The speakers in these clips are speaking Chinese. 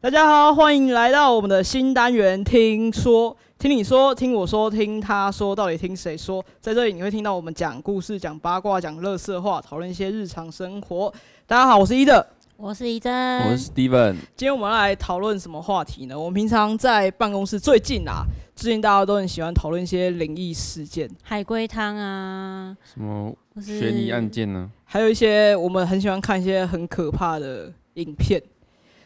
大家好，欢迎来到我们的新单元。听说，听你说，听我说，听他说，到底听谁说？在这里你会听到我们讲故事、讲八卦、讲乐色话，讨论一些日常生活。大家好，我是伊德。我是一真，我是 Steven，今天我们要来讨论什么话题呢？我们平常在办公室，最近啊，最近大家都很喜欢讨论一些灵异事件，海龟汤啊，什么或是悬疑案件呢？还有一些我们很喜欢看一些很可怕的影片，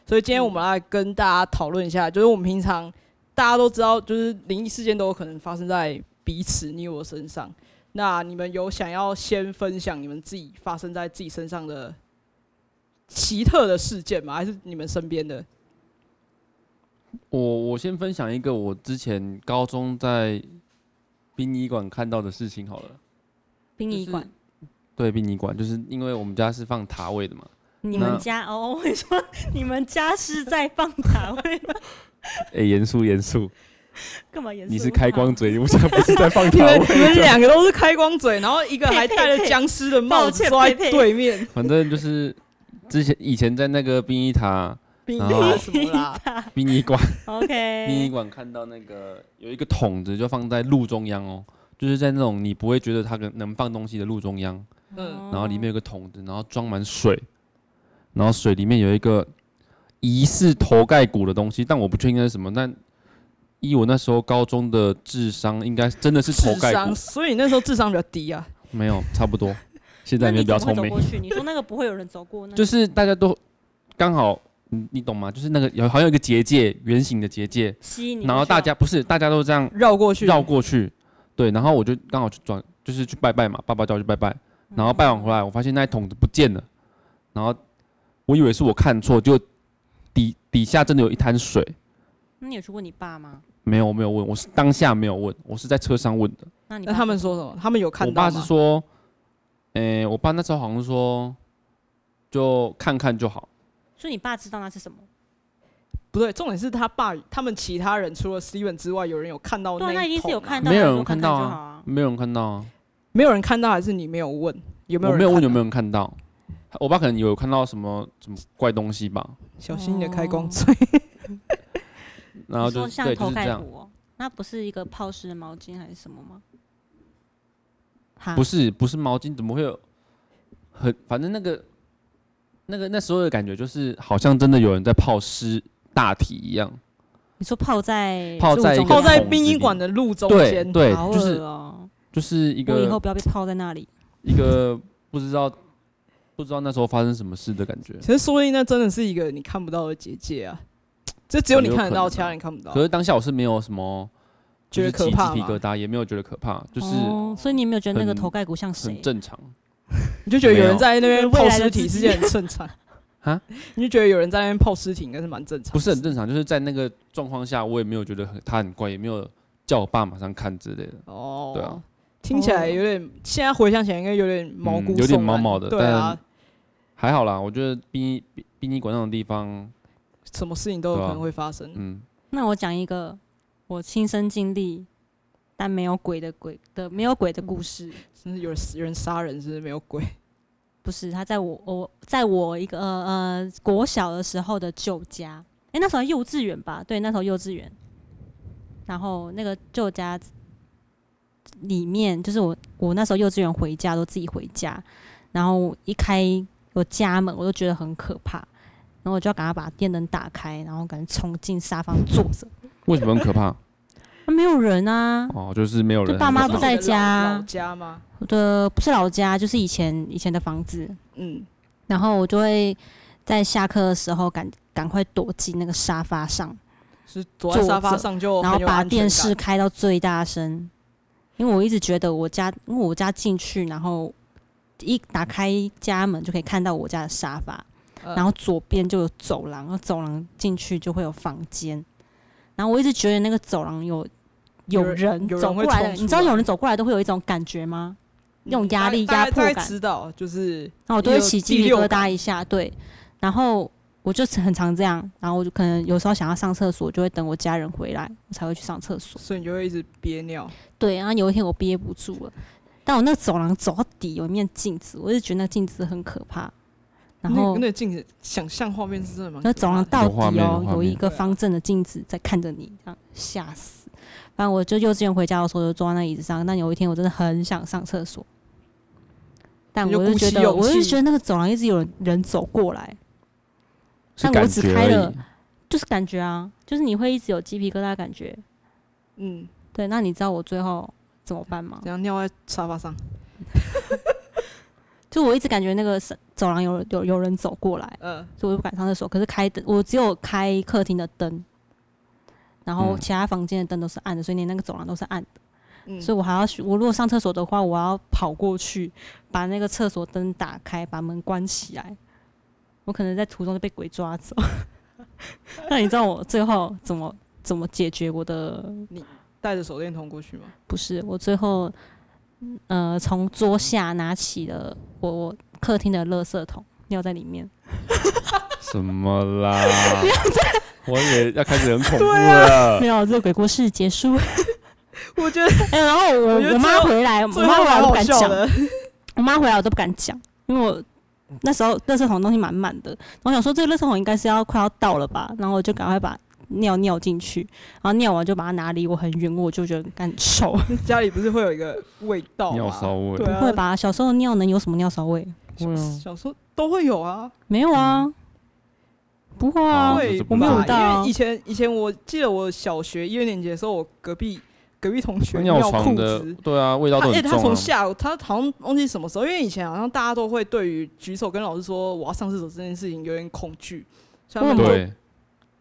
所以今天我们来跟大家讨论一下，就是我们平常大家都知道，就是灵异事件都有可能发生在彼此你我身上。那你们有想要先分享你们自己发生在自己身上的奇特的事件吗？还是你们身边的？我我先分享一个我之前高中在殡仪馆看到的事情好了。殡仪馆。对，殡仪馆就是因为我们家是放塔位的嘛。你那们家哦，我说 你们家是在放塔位吗？哎、严肃严肃， 干嘛严肃？你是 开光嘴，我想不是在 放你塔们你位们的。两个都是开光嘴，然后一个还戴呸呸着呸僵尸的帽子抱歉坐在呸呸对面，反正就是之前以前在那个殡仪 塔、殡仪然馆后什么啦？殡仪馆、殡仪？OK，馆看到那个有一个桶子，就放在路中央哦，就是在那种你不会觉得它可能放东西的路中央。哦嗯然后里面有个桶子，然后装满水，然后水里面有一个疑似头盖骨的东西，但我不确定那是什么。但依我那时候高中的智商，应该真的是头智盖商，骨，所以你那时候智商比较低啊。没有差不多。 现在那你你就比较怎么会走聪明过，去？你说那个不会有人走过呢？就是大家都刚好，嗯你你懂吗？就是那个有好像有一个结界，圆形的结界，吸引你过去啊，然后大家不是大家都这样绕过去，绕过去，对，然后我就刚好去转，就是去拜拜嘛，爸爸叫我去拜拜，嗯然后拜完回来，我发现那一桶子不见了，然后我以为是我看错，就底底下真的有一滩水，那你有去问你爸吗？没有我没有问，我是当下没有问，我是在车上问的，那你那爸他们说什么？他们有看我到爸吗？是说，诶、我爸那时候好像说，就看看就好，所以你爸知道那是什么？不对，重点是他爸，他们其他人除了 Steven 之外，有人有看到对啊，那那一一定是桶有吗看到，没有那人就看看到就啊好啊。没有人看到啊，没有人看到，还是你没有问？有没有我人没有看问有到没有人看到，我爸可能有看到什么什么怪东西吧，小心你的开光哦嘴。然后你说就是像对就头是这盖样，骨哦，那不是一个泡湿的毛巾还是什么吗？哈不是不是毛巾，怎么会有很反正那个那个那时候的感觉就是好像真的有人在泡尸大体一样，你说泡在泡在路中一个泡在央桶殡子仪里馆的路中对间，对好，就恶是哦就是一我以后个不要被泡在那里。一个不知道不知道那时候发生什么事的感觉。其实说不定那真的是一个你看不到的结界啊，这只有你很有看得可能到，啊其他人看不到可。是当下我是没有什么就觉得可是起鸡怕皮吗疙瘩，也没有觉得可怕，就是哦，所以你有没有觉得那个很头盖骨像谁很？正常。你就觉得有没人有在那边未泡来的尸自体是己件很正 常啊？你就觉得有人在那边泡尸体应该是蛮正常的，不是很正常，就是在那个状况下，我也没有觉得很他很怪，也没有叫我爸马上看之类的，哦，对啊，听起哦来有点，现在回想起来应该有点毛骨悚然、嗯有点毛毛的对啊，还好啦。我觉得殡仪殡殡仪馆那种地方，什么事情都有可能会发生。嗯，那我讲一个我亲身经历但没有鬼的鬼的没有鬼的故事，甚至有人有人杀人，是不是没有鬼？不是他在我我在我一个呃呃国小的时候的旧家，哎、那时候还幼稚园吧，对，那时候幼稚园，然后那个旧家里面就是我我那时候幼稚园回家都自己回家，然后一开我家门我就觉得很可怕，然后我就要赶快把电灯打开，然后赶紧冲进沙发坐着，为什么很可怕？啊没有人啊，哦，就是没有就人。爸妈很不可怕在老家老家吗？我的不是老家，就是以前以前的房子。嗯，然后我就会在下课的时候赶赶快躲进那个沙发上，是躲在坐沙发着上就然后哦很有把安全电感视开到最大声，因为我一直觉得我家，因为我家进去，然后一打开家门就可以看到我家的沙发，嗯然后左边就有走廊，然后走廊进去就会有房间，然后我一直觉得那个走廊有有有人人有人走会过来的，冲出你知道来有人走过来都会有一种感觉吗？那种压力大概压迫大概感知道就是然后我都会第六第起鸡皮六疙瘩感一下，对。然后我就很常这样，然后我就可能有时候想要上厕所，就会等我家人回来，我才会去上厕所。所以你就会一直憋尿，对，然后有一天我憋不住了，但我那走廊走到底有一面镜子，我就觉得那镜子很可怕。然后那那个镜子想象画面是真的蛮可怕那的，走廊到有画底面有哦画，面有一个对啊方正的镜子在看着你，这样吓死。反正我就幼稚园回家的时候就坐在那椅子上，但有一天我真的很想上厕所，但你就我就鼓起觉得，勇我就气觉得那个走廊一直有人人走过来，是但感我只觉开而了已。就是感觉啊，就是你会一直有鸡皮疙瘩的感觉。嗯，对，那你知道我最后怎么办吗？然后尿在沙发上，就我一直感觉那个是走廊有有有人走过来，呃，所以我就不敢上厕所。可是开灯，我只有开客厅的灯，然后嗯其他房间的灯都是暗的，所以连那个走廊都是暗的。嗯，所以我还要去，我如果上厕所的话，我要跑过去把那个厕所灯打开，把门关起来。我可能在途中就被鬼抓走。 那你知道我最后怎么怎么解决我的？带着手电筒过 去嘛，不是，我最后呃从桌下拿起了我我客厅的垃圾桶，尿在里面。什么啦？我以为要开始很恐怖呃了没。有，这个鬼故事结 束。我觉得哎、然后我我觉得我妈最后回来，我最妈后回来蛮我不好敢笑讲，的，我妈回来我都不敢讲，因为我那时候垃圾桶东西满满的，我想说这个垃圾桶应该是要快要到了吧，然后我就赶快把尿尿进去，然后尿完就把它拿离我很远，我就觉得很臭，家里不是会有一个味道尿吗？骚味对，啊，会吧？小时候尿能有什么尿骚味？小小时候都会有啊，没有啊，不会啊哦，会这是吧不知道我没有到因为以前以前我记得我小学一二年级的时候，我隔壁隔壁同学尿裤床的子，，对啊，味道他都哎、很他重从啊。下午，他好像忘记什么时候，因为以前好像大家都会对于举手跟老师说我要上厕所这件事情有点恐惧，所以他们都对，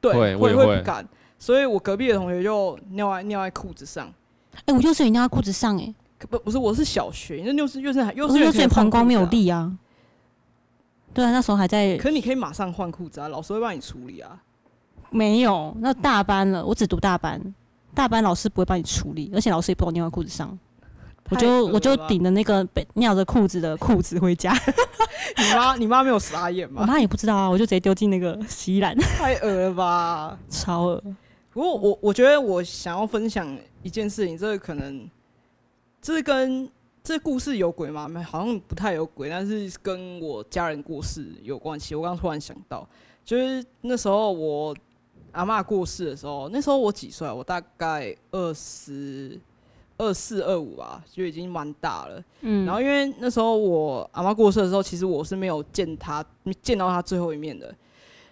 对会会我也会会不敢，所以我隔壁的同学就尿在尿在裤子上，哎、我幼稚园尿在裤子上、哎，可不不是我是小学，因为幼稚幼稚园还幼我稚幼园稚园可以换膀胱没有裤子啊，力啊，对啊，那时候还在可是你可以马上换裤子啊，老师会帮你处理啊。没有，那大班了，我只读大班，大班老师不会帮你处理，而且老师也不懂尿在裤子上。我太就恶了我就吧顶着那个被尿着裤子的裤子回家，你妈你妈没有傻眼我吗？妈也不知道啊，我就直接丢进那个洗衣篮， 太恶了吧！超恶。不过我我觉得我想要分享一件事情，这个可能这是跟这故事有鬼吗？没好像不太有鬼，但是跟我家人过世有关系。我刚刚突然想到，就是那时候我阿嬷过世的时候，那时候我几岁啊？我大概二十二四二五吧，就已经蛮大了。嗯然后因为那时候我阿妈过世的时候，其实我是没有见她见到她最后一面的。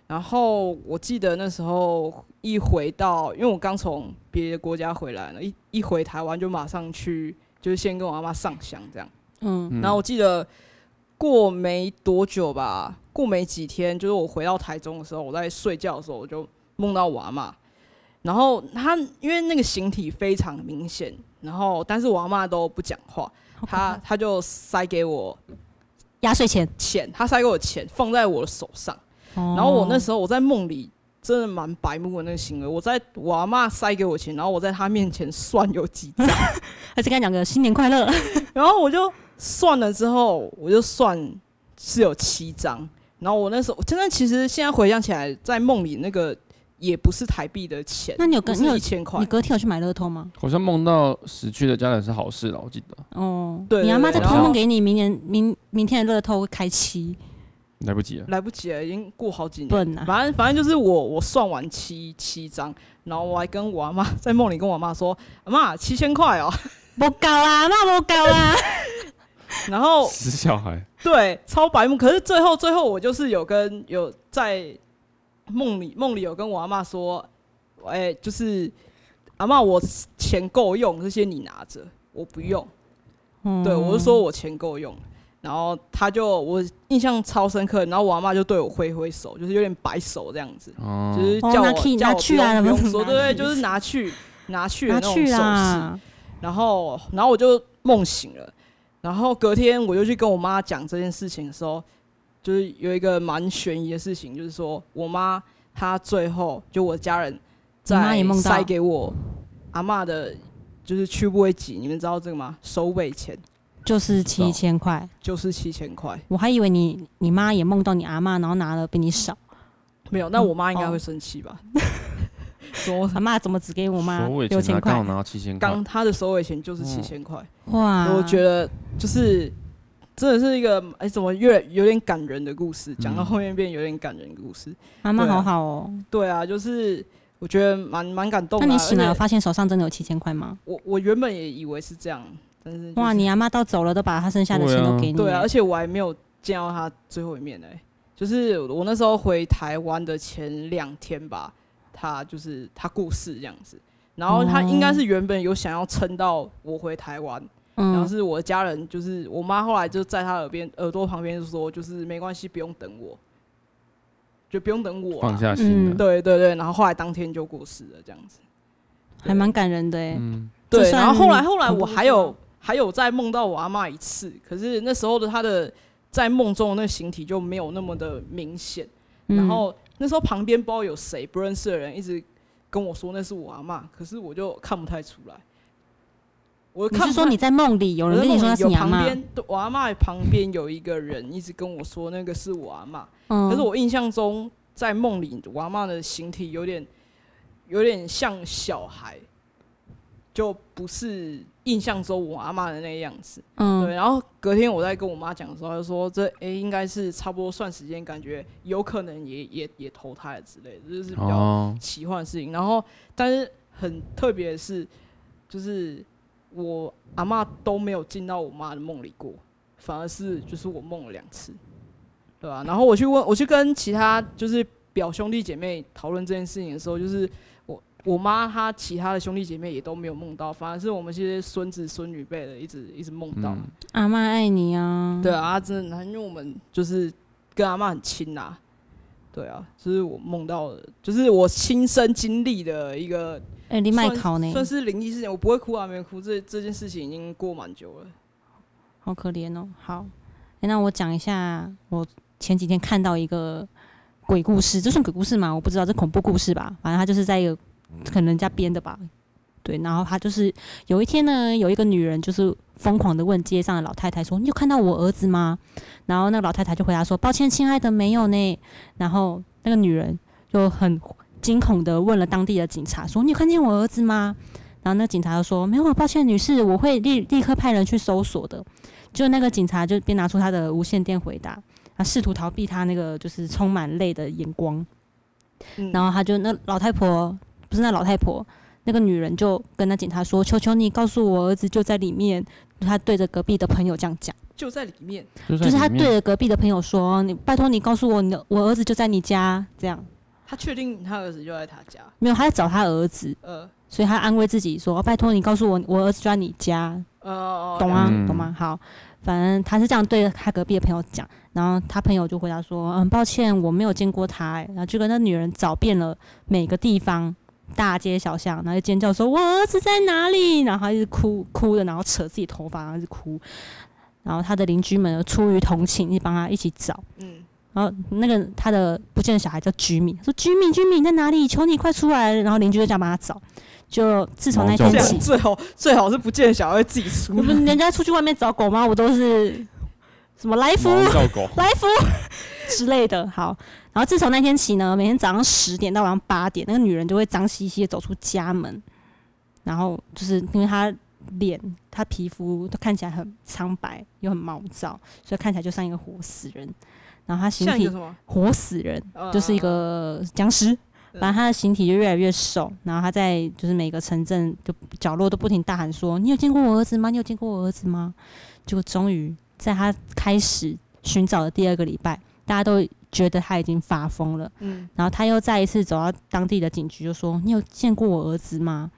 然后我记得那时候一回到，因为我刚从别的国家回来了，一一回台湾就马上去，就是先跟我阿妈上香这样。嗯，嗯然后我记得过没多久吧，过没几天，就是我回到台中的时候，我在睡觉的时候，我就梦到我阿妈。然后她因为那个形体非常明显，然后但是我阿妈都不讲话，好可他怕他就塞给我压岁钱，钱，他塞给我钱放在我的手上，然然后我那时候我在梦里真的蛮白目的那个行为，我在我阿妈塞给我钱，然后我在她面前算有几 张，哦还是跟他讲个新年快乐，然后我就算了之后，我就算是有七张，然后我那时候真的其实现在回想起来，在梦里那个也不是台币的钱，那你有不跟是你有一千块你，隔天有去买乐透吗？好像梦到死去的家人是好事了，我记得。哦，对你阿妈在对托然后梦给你，明年明明天的乐透会开七，来不及了，来不及了，已经过好几年了。笨啊！反正反正就是我我算完七七张，然后我还跟我阿妈在梦里跟我妈说，阿妈七千块 哦，不搞啦，那不啊搞啦，然后死小孩。对超白目，可是最后最后我就是有跟有在梦里梦里有跟我阿妈说，哎、就是阿妈我钱够用，这些你拿着，我不用，嗯对我是说我钱够用。然后他就我印象超深刻，然后我阿妈就对我挥挥手，就是有点摆手这样子。哦就是哦叫我、拿去叫我拿去不用不啊不用是说，拿对对，去就是拿去拿去的拿那种手去啊势。啦，然后，然后我就梦醒了，然后隔天我就去跟我妈讲这件事情的时候，就是有一个蛮悬疑的事情，就是说我妈她最后就我家人你妈在也梦到塞给我阿嬷的，就是去不会挤，你们知道这个吗？收尾钱就是七千块。就是七千块，我还以为你你妈也梦到你阿妈，然后拿了比你少。没有，那我妈应该哦嗯会生气 吧？怎么嗯阿妈怎么只给我妈所谓六拿千刚好块？拿到七千块刚，她的收尾钱就是哦嗯七千块。哇！我觉得就是真的是一个哎、怎么越有点感人的故事，讲嗯到后面变有点感人的故事。妈妈对啊好好哦。对啊，就是我觉得蛮蛮感动的啊、那你醒来有而且发现手上真的有七千块吗？我我原本也以为是这样，但是、就是、哇，你阿妈到走了都把她剩下的钱对啊都给你了。对啊，而且我还没有见到他最后一面呢、就是我那时候回台湾的前两天吧，他就是他故事这样子。然后他哦应该是原本有想要撑到我回台湾，然后嗯，是我的家人，就是我妈后来就在他耳边耳朵旁边就说，就是没关系，不用等我，就不用等我啊、放下心了。对对对，然后后来当天就过世了，这样子。还蛮感人的哎。嗯，这对，算然后后来后来恐怖我故还事有吗还有再梦到我阿妈一次，可是那时候的她的在梦中的那个形体就没有那么的明显。嗯然后那时候旁边不知道有谁不认识的人一直跟我说那是我阿妈，可是我就看不太出来。我你看是不说太你在梦里有人跟你说我在那是梦里你有阿旁妈？边对我阿妈旁边有一个人一直跟我说那个是我阿妈，嗯，可是我印象中，在梦里我阿妈的形体有点有点像小孩，就不是印象中我阿妈的那个样子。对，啊嗯，然后隔天我在跟我妈讲的时候，她就说这诶、应该是差不多算时间，感觉有可能也也也投胎了之类的，就是比较哦，奇幻的事情。然后但是很特别的是，就是我阿妈都没有进到我妈的梦里过，反而是就是我梦了两次，对吧、然后我去问，我去跟其他就是表兄弟姐妹讨论这件事情的时候，就是我我妈她其他的兄弟姐妹也都没有梦到，反而是我们这些孙子孙女辈的一直一直梦到。嗯阿妈爱你啊。对啊，啊真的，因为我们就是跟阿妈很亲呐、对啊，就是我梦到的，就是我亲身经历的一个哎，你卖考呢，算是灵异事件，我不会哭啊，没哭。这这件事情已经过蛮久了。好可怜哦。好，哎那我讲一下，我前几天看到一个鬼故事，这算鬼故事吗？我不知道，这恐怖故事吧。反正他就是在一个可能人家编的吧。对，然后他就是有一天呢，有一个女人就是疯狂的问街上的老太太说：“你有看到我儿子吗？”然后那个老太太就回答说：“抱歉，亲爱的，没有呢。”然后那个女人就很惊恐的问了当地的警察说：“你有看见我儿子吗？”然后那个警察就说：“没有，啊抱歉，女士，我会立立刻派人去搜索的。”就那个警察就边拿出他的无线电回答，他试图逃避他那个就是充满泪的眼光。嗯然后他就那老太婆不是那老太婆，那个女人就跟那警察说：“求求你告诉我儿子就在里面。”他对着隔壁的朋友这样讲，就在里面，就就是他在里对面着隔壁的朋友说：“你拜托你告诉我，你的我儿子就在你家。”这样他确定他儿子就在他家。没有，他在找他儿子，呃所以他安慰自己说：“哦拜托你告诉我，我儿子就在你家。”呃，懂吗？嗯懂吗？好，反正他是这样对他隔壁的朋友讲，然后他朋友就回答说：“嗯，抱歉，我没有见过他、欸。”然后就跟那女人找遍了每个地方，大街小巷，然后就尖叫说：“我儿子在哪里？”然后他一直哭哭的，然后扯自己头发，然后一直哭。然后他的邻居们出于同情，一帮他一起找。嗯，然后那个他的不见的小孩叫居民，说：“居民，居民你在哪里？求你快出来！”然后邻居就这样帮他找。就自从那毛天这叫起样，最好最好是不见小孩自己出 我门。们人家出去外面找狗吗？我都是什么来福毛叫狗，来福 之类的。好，然后自从那天起呢，每天早上十点到晚上八点，那个女人就会脏兮兮的走出家门，然后就是因为她脸、她皮肤都看起来很苍白又很毛躁，所以看起来就像一个活死人。然后她形像一体个什么？活死人，呃就是一个僵尸。嗯反正他的形体就越来越瘦，然后他在就是每个城镇就角落都不停大喊说：“你有见过我儿子吗？你有见过我儿子吗？”结果终于在他开始寻找的第二个礼拜，大家都觉得他已经发疯了。嗯，然后他又再一次走到当地的警局，就说：“你有见过我儿子吗？”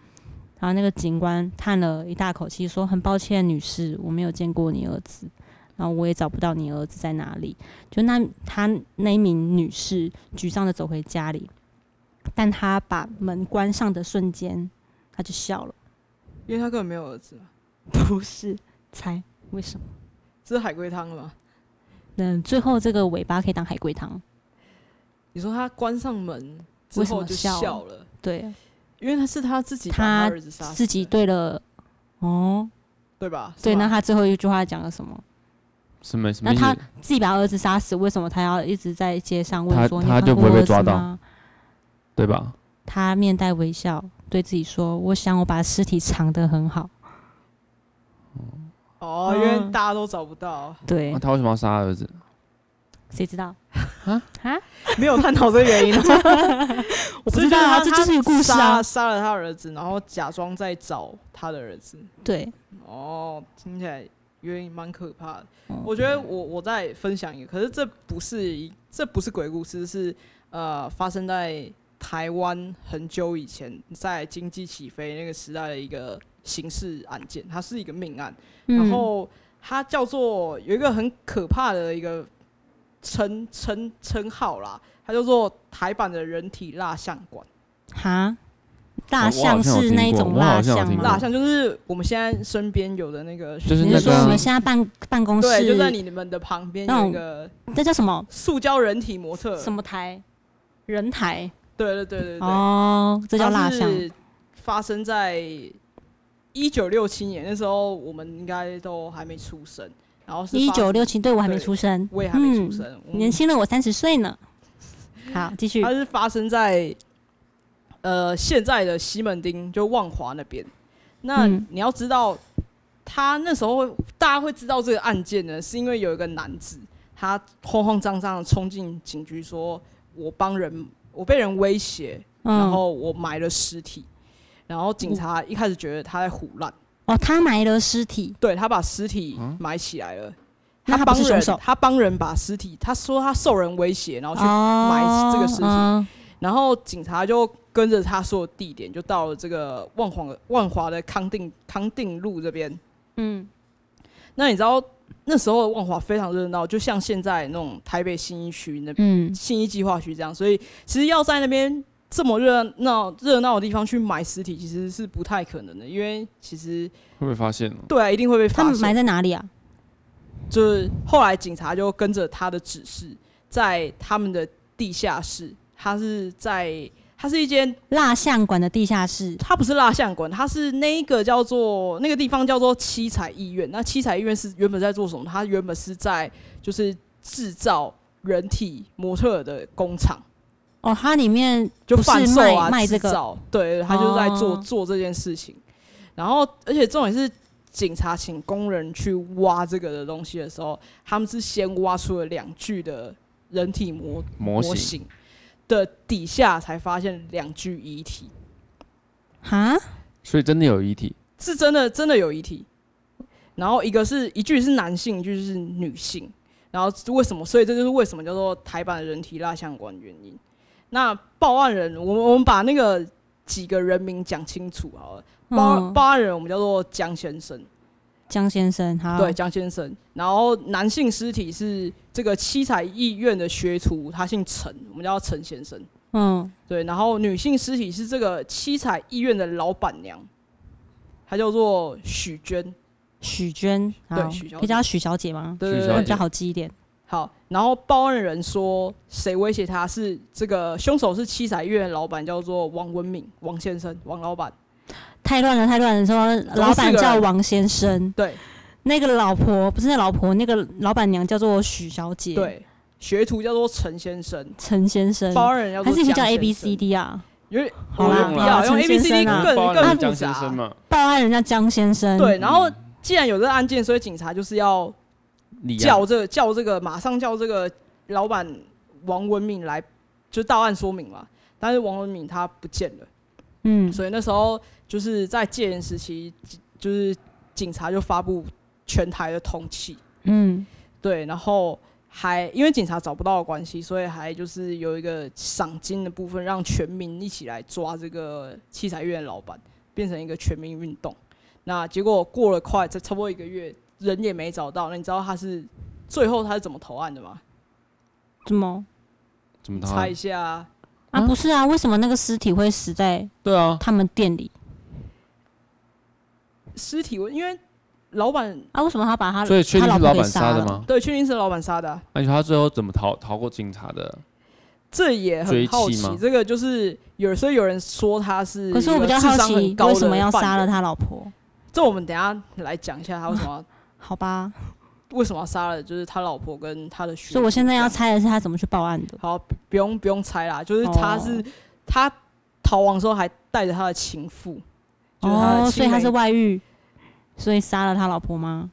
然后那个警官叹了一大口气，说：“很抱歉，女士，我没有见过你儿子，然后我也找不到你儿子在哪里。”就那他那一名女士沮丧的走回家里，但她把门关上的瞬间，她就笑了。因为他根本没有儿子啊嘛，不是，猜为什么？这是海龟汤了嘛？嗯，最后这个尾巴可以当海龟汤。你说他关上门之为什后么就笑啊笑了，对，因为他是他自己把他儿子杀死的，自己对了，哦，对吧？是对，吧那他最后一句话讲了什么？是没什么那意思。他自己把儿子杀死，为什么他要一直在街上他问说你他有看就过不会我被儿子抓到吗对吧？他面带微笑，对自己说：“我想我把尸体藏得很好。”哦，因为大家都找不到， 对那、，他为什么要杀儿子？谁知道？啊 啊？没有探讨这个原因 哦。我不知道啊，所这以就是一个故事啊他杀。杀了他儿子，然后假装在找他的儿子。对，哦，听起来有点蛮可怕的。哦我觉得我我再分享一个，可是这不是一这不是鬼故事，是呃发生在台湾很久以前，在经济起飞那个时代的一个刑事案件，它是一个命案。然嗯后它叫做有一个很可怕的一个称称称号啦，它叫做台版的人体蜡像馆。哈，我大好象像有是听那一过种我好蜡像有像听吗？过蜡像就是我们现在身边有的那个，就是你那嗯是个说我们现在办办公室对，就在你们的旁边有一个那叫什么塑胶人体模特。什么台？人台对对呃对对对，哦，这叫蜡像它。是发生在一九六七年，那时候我们应该都还没出生，然后是一发九，六七，对我还没对出生，我也还没嗯出生，我们年轻了我三十岁呢。嗯好，继续它。是发生在呃现在的西门町，就万华那边。那嗯你要知道，他那时候会大家会知道这个案件呢，是因为有一个男子，他慌慌张张的冲进警局说：“我帮人，我被人威胁，然嗯，后我埋了尸体。”然后警察一开始觉得他在胡乱，哦，他埋了尸体，对他把尸体嗯埋起来了。那他不帮是凶人手，他帮人把尸体，他说他受人威胁，然后去哦，这个尸体嗯然后警察就跟着他说的地点，就到了这个万华万华的康定康定路这边。嗯，那你知道那时候万华非常热闹，就像现在那种台北新一区那嗯，新一计划区这样，所以其实要在那边这么热闹热闹的地方去埋尸体，其实是不太可能的，因为其实会被发现了。对啊，一定会被他发们埋现。在哪里啊？就是后来警察就跟着他的指示，在他们的地下室，他是在它是一间蜡像馆的地下室。它不是蜡像馆，它是那一个叫做那个地方叫做七彩医院。那七彩医院是原本在做什么？它原本是在就是制造人体模特儿的工厂，哦，它里面就不是贩售啊、卖卖制这个造。对，他就是在做、哦做这件事情。然后，而且重点是，警察请工人去挖这个的东西的时候，他们是先挖出了两具的人体模模型的底下，才发现两具遗体，哈，所以真的有遗体，是真的真的有遗体。然后一个是一具是男性，一具是女性。然后为什么？所以这就是为什么叫做台版人体蜡像馆原因。那报案人，我们我们把那个几个人名讲清楚好了。报、嗯报案人我们叫做江先生，江先生，好，对，江先生。然后男性尸体是这个七彩医院的学徒，他姓陈，我们叫他陈先生。嗯，对，然后女性尸体是这个七彩医院的老板娘，她叫做许娟。许娟，对好许小姐可以叫她许小姐吗？对徐对小会对比较好记一点。好，然后报案人说，谁威胁他是这个凶手是七彩医院的老板，叫做王文敏，王先生，王老板。太乱了，太乱了！说老板叫王先生，对那个老婆不是那老婆，那个老板娘叫做许小姐，，对，学徒叫做陈先生，陈先生，报案人叫还做是你叫江 A 先 B 生 C，D 啊？有点好啦有点必要好啦用陈 A B C 先 D 生啊更包含更江复先生杂。嘛，报案人叫江先生，对，然后既然有这个案件，所以警察就是要李阳叫这个叫这个马上叫这个老板王文敏来，就到案说明嘛。但是王文敏他不见了。嗯，所以那时候就是在戒严时期，就是警察就发布全台的通缉，嗯对，然后还因为警察找不到的关系，所以还就是有一个赏金的部分，让全民一起来抓这个器材院老板，变成一个全民运动。那结果过了快这差不多一个月，人也没找到。那你知道他是最后他是怎么投案的吗？怎么怎么他猜一？下啊，啊？啊不是啊，为什么那个尸体会死在对啊，他们店里尸体因为老板啊？为什么他把他所以确定他是老老婆板给杀杀了的？吗？对确定是老板杀的啊、而且他最后怎么逃逃过警察的？这也很追好妻奇吗，这个就是有，所以有人说他是，可是我比较好奇，为什么要杀了他？他老婆？这我们等一下来讲一下他为什么 要好吧，为什么要杀了，就是他老婆跟他的学徒这所样。以我现在要猜的是他怎么去报案的。好，不不用不用猜啦，就是他是、哦他逃亡的时候还带着他的情妇，就是他的哦，亲所以他妹是外遇，所以杀了他老婆吗？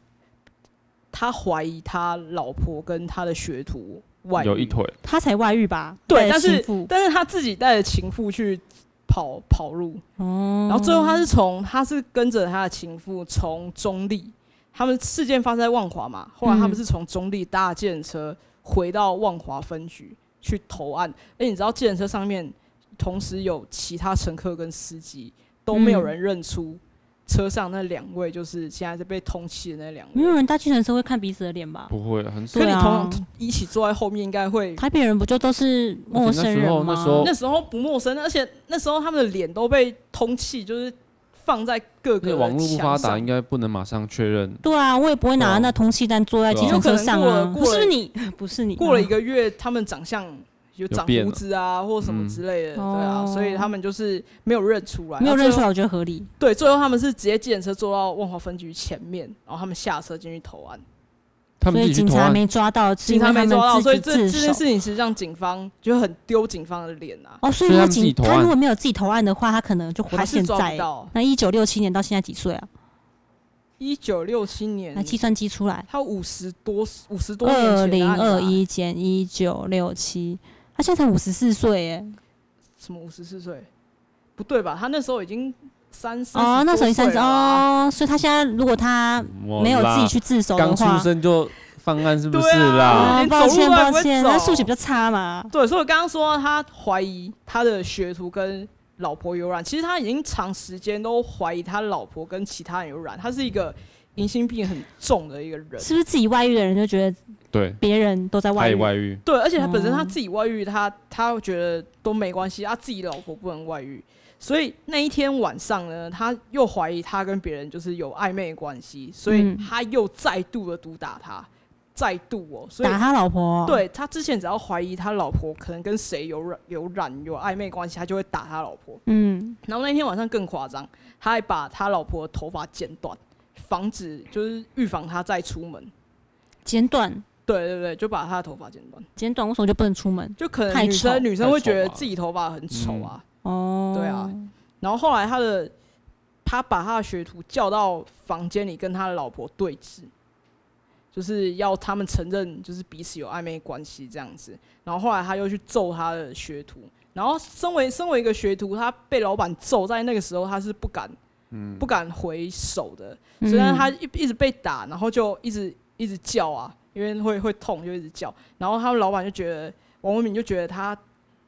他怀疑他老婆跟他的学徒外遇有一腿，他才外遇吧？对，带但媳是妇但是他自己带着情妇去跑跑路，哦，然后最后他是从他是跟着他的情妇从中立，他们事件发生在万华嘛，后来他们嗯是从中立搭计程车回到万华分局去投案，哎，你知道计程车上面同时有其他乘客跟司机都没有嗯人认出车上那两位就是现在是被通缉的那两没有位，人搭计程车会看彼此的脸吧？不会很少所以你嗯对同啊一起坐在后面应该会。台北人不就都是陌生人吗？而且那时候那时候不陌生，而且那时候他们的脸都被通气，就是放在各那个网络不发墙上达，应该不能马上确认。对啊，我也不会拿那通气弹坐在计程车上啊，对啊不是你，不是你，啊过了一个月，他们长相有长变胡了子啊，或什么之类的，嗯对啊，哦所以他们就是没有认出来，啊没有认然出后来，我觉得合理。最后对，最后他们是直接计程车坐到万华分局前面，然后他们下车进去投案，他所们以自己警去投察案，没抓到，是警因为察没他抓到，们所以自这这己自件首。事情实际上警方就很丢警方的脸啊，哦，所以所以如果他们自己警投案他如果没有自己投案的话，他可能就活到还是现抓在不。到。嗯那一九六七年到现在几岁啊？一九六七年拿，计算机出来，他五十多五十多二年前零的案子啊二一减一九六七，他现在才五十四岁耶。什么五十四岁？不对吧？他那时候已经三十哦，那时候已经三十多岁了啊吧哦，所以他现在如果他没有自己去自首的嗯刚出话，生就犯案，是不对是啊啦？哦连，抱走路歉都还抱不会歉，走他数学比较差嘛。对，所以我刚刚说他怀疑他的学徒跟老婆有染，其实他已经长时间都怀疑他老婆跟其他人有染，他是一个疑心病很重的一个人。是不是自己外遇的人就觉得对，别人都在啊他外也遇？外遇，对，而且他本身他嗯自己外遇，他他觉得都没关系，他啊自己老婆不能外遇，所以那一天晚上呢，他又怀疑他跟别人就是有暧昧的关系，所以嗯他又再度的毒打他，再度哦，所以打他老婆哦、对他之前只要怀疑他老婆可能跟谁有染有染有暧昧关系，他就会打他老婆。嗯，然后那天晚上更夸张，他还把他老婆的头发剪短，防止就是预防他再出门。剪短对对对，就把他的头发剪短，剪短，为什么就不能出门？就可能太女丑生女生太会丑觉得吧自己头发很丑啊。哦，对啊，然后后来他的他把他的学徒叫到房间里，跟他的老婆对峙，就是要他们承认就是彼此有暧昧关系这样子。然后后来他又去揍他的学徒，然后身为身为一个学徒，他被老板揍，在那个时候他是不敢，嗯不敢回手的，嗯所以他一一直被打，然后就一直一直叫啊，因为会会痛就一直叫，然后他们老板就觉得王文敏就觉得他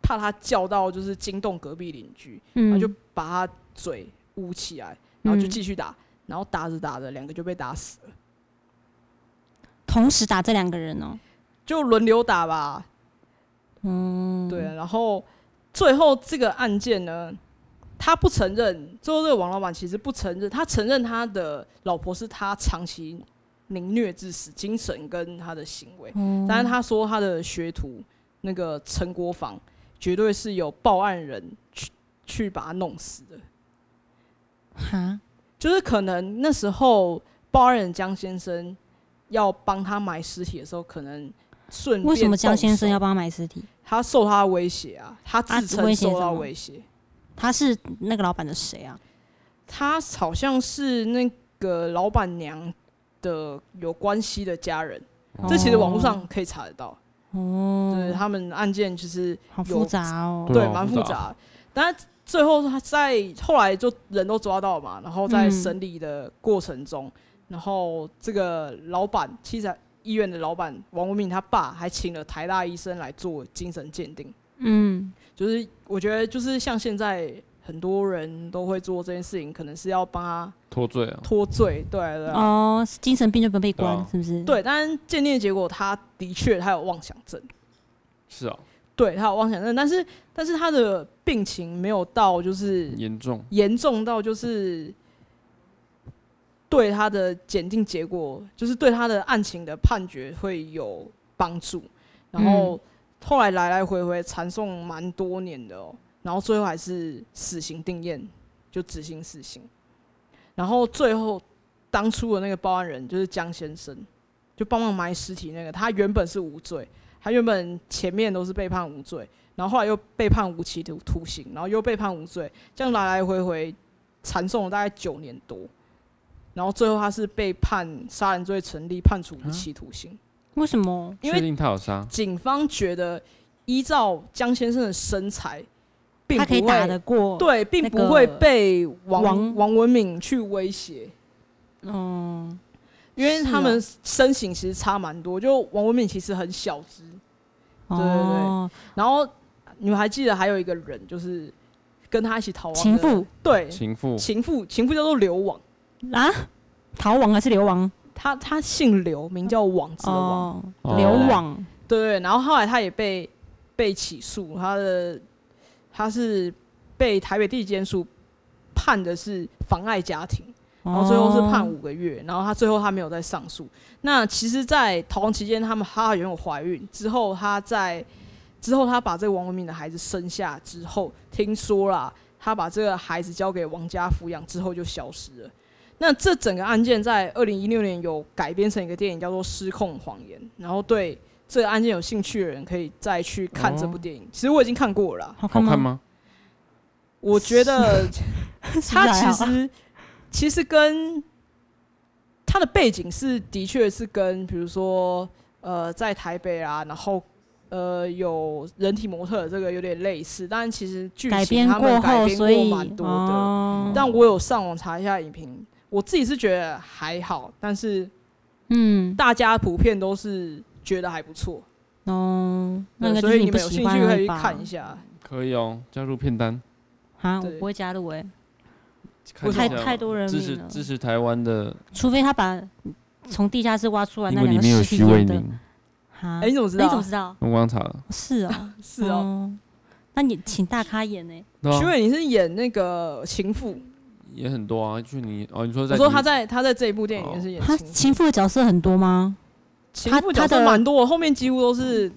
怕他叫到就是惊动隔壁邻居，然后嗯啊就把他嘴捂起来，然后就嗯继续打，然后打着打着两个就被打死了，同时打这两个人哦、就轮流打吧，嗯，对，，然后最后这个案件呢，他不承认，最后这个王老板其实不承认，他承认他的老婆是他长期凌虐致死，精神跟他的行为，哦但是他说他的学徒那个陈国防绝对是有报案人去去把他弄死的，哈，就是可能那时候报案人江先生要帮他埋尸体的时候，可能顺便为什么江先生动手要帮他买尸体？他受他的威胁啊，他自啊称威胁受什到么威胁。他是那个老板的谁啊？他好像是那个老板娘的有关系的家人，哦这其实网络上可以查得到。哦，就是他们案件其实好有复杂哦、对啊蛮复复杂杂的，但最后他在后来就人都抓到嘛，然后在嗯审理的过程中，然后这个老板其实医院的老板王文敏他爸还请了台大医生来做精神鉴定。嗯，就是我觉得，就是像现在很多人都会做这件事情，可能是要帮他脱罪啊，脱罪，对对、啊哦，精神病就不能被关，对啊是不是？，对。但是鉴定的结果，他的确他有妄想症，是啊，对他有妄想症，但是但是他的病情没有到就是严重。严重到就是对他的检定结果，就是对他的案情的判决会有帮助。然后后来来来回回缠讼蛮多年的哦、然后最后还是死刑定验，就执行死刑。然后最后当初的那个报案人就是江先生，就帮忙埋尸体那个，他原本是无罪，他原本前面都是被判无罪，然后后来又被判无期徒徒刑，然后又被判无罪，这样来来回回缠讼了大概九年多，然后最后他是被判杀人罪成立，判处无期啊徒刑。为什么？因确为定他有杀，警方觉得，依照江先生的身材，并他不可以打会得过？，对，并那不会个被王王王文敏去威胁，嗯，因为是他哦们身形其实差蛮多。就王文敏其实很小只，对对哦，然后你们还记得还有一个人，就是跟他一起逃亡的情，妇对，情妇情妇，情妇叫做刘王，啊，逃亡还是流亡？他他姓刘，名叫王子的王，哦，哦流亡，对对。然后后来他也被被起诉，他的他是被台北地检署判的是妨碍家庭，然后最后是判哦五个月，然后他最后他没有再上诉。那其实，在逃亡期间，他们她原有怀孕之后，她在之后她把这个王文明的孩子生下之后，听说啦，她把这个孩子交给王家抚养之后就消失了。那这整个案件在二零一六年有改编成一个电影，叫做《失控谎言》，然后对这个案件有兴趣的人可以再去看这部电影。其实我已经看过了啦，好好看看吗？吗？我觉得他其实其实跟他的背景是的确是跟比如说呃在台北啊，然后呃有人体模特的这个有点类似，但其实剧改情编他们过改后，编所以过蛮多的。哦但我有上网查一下影评，我自己是觉得还好，但是嗯大家普遍都是觉得还不错，哦，那应该就所是以你不们有喜兴欢趣可以了去吧？看一下。可以哦，加入片单。啊，我对不会加入哎，看一太下太多人支名持了，支持台湾的，除非他把从地下室挖出来因那为两里个面有尸体徐伟的宁，啊哎、，你怎么知道你怎么啊？知道？我刚查了， 是哦，是哦，哦，那你请大咖演呢？对啊徐伟你是演那个情妇，也很多啊。就你哦，你说在我说他在他在这一部电影里面是演哦嗯他情妇，情妇的角色很多吗？情妇角他他色的蛮多，后面几乎都是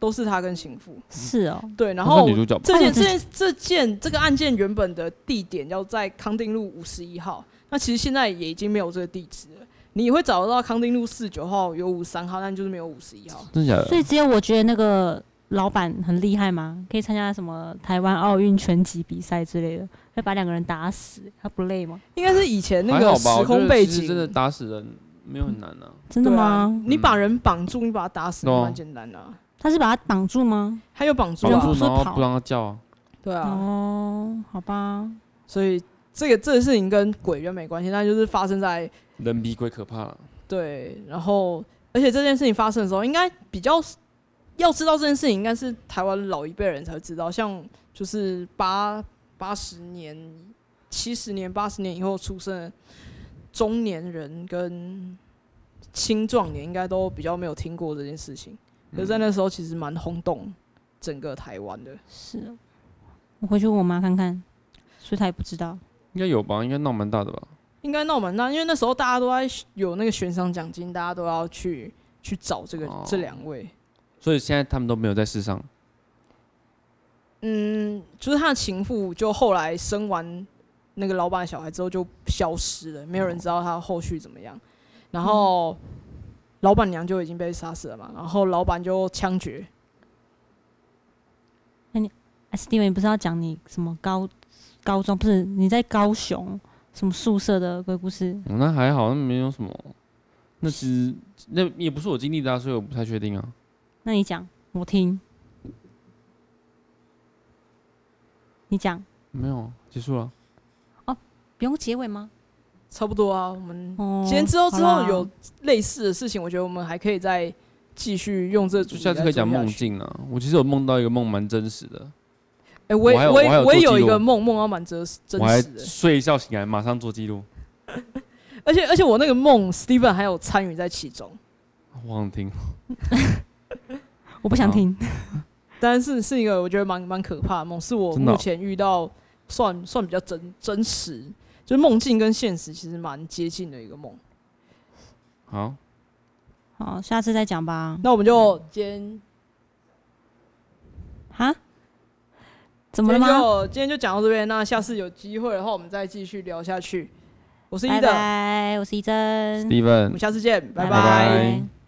都是他跟情妇。是哦，对，然好像后女主角吧，这哎件我这真件这件这个案件原本的地点要在康定路五十一号，那其实现在也已经没有这个地址了。你会找得到康定路四九号有五三号，但就是没有五十一号。真的假所的？以只有我觉得那个老板很厉害吗？可以参加什么台湾奥运拳击比赛之类的，会把两个人打死，他不累吗？应该是以前那还个好吧，时我觉空得背其实景，真的打死人没有很难啊。真的对啊吗？？你把人绑住，你把他打死，对啊蛮简单的啊。他是把他绑住吗？还有绑住绑啊啊住，是然后跑不让他叫啊。对啊。哦，好吧，所以这个这个事情跟鬼人没关系，但就是发生在人比鬼可怕了，对，然后而且这件事情发生的时候，应该比较要知道这件事情，应该是台湾老一辈人才会知道，像就是八八十年、七十年、八十年以后出生的中年人跟青壮年，应该都比较没有听过这件事情。可是在那时候其实蛮轰动整个台湾的，是哦，我回去问我妈看看，所以她也不知道。应该有吧？应该闹蛮大的吧？应该闹蛮大，因为那时候大家都在有那个悬赏奖金，大家都要去去找这个、哦这两位。所以现在他们都没有在世上。嗯，就是他的情妇，就后来生完那个老板的小孩之后就消失了，没有人知道他后续怎么样。然嗯后老板娘就已经被杀死了嘛，然后老板就枪决。哎，Steven，你不是要讲你什么高高中？不是你在高雄什么宿舍的鬼故事？哦，那还好，那没有什么。那其实那也不是我经历的、啊，所以我不太确定啊。那你讲，我听。你讲，没有啊，结束了。不用结尾吗？差不多啊，我们哦，今天之后之好后啦有类似的事情，我觉得我们还可以再继续用这个主就题下次可以再讲做下梦去。境啊。我其实有梦到一个梦，蛮真实的。哎、我也我还有也我还有我也做有记一个录梦，梦到蛮真实真我还实的，睡一觉醒来，马上做记录。而且而且我那个梦，Steven 还有参与在其中，我想听，我不想好听。但是是一个我觉得蛮蛮可怕的梦，是我真的哦目前遇到算算比较真真实，就是梦境跟现实其实蛮接近的一个梦。好，好，下次再讲吧。那我们就今天哈？今怎么了天吗？就今天就讲到这边，那下次有机会的话，我们再继续聊下去。我是伊拜的，拜，我是一珍， Steven 我们。下次见，拜拜拜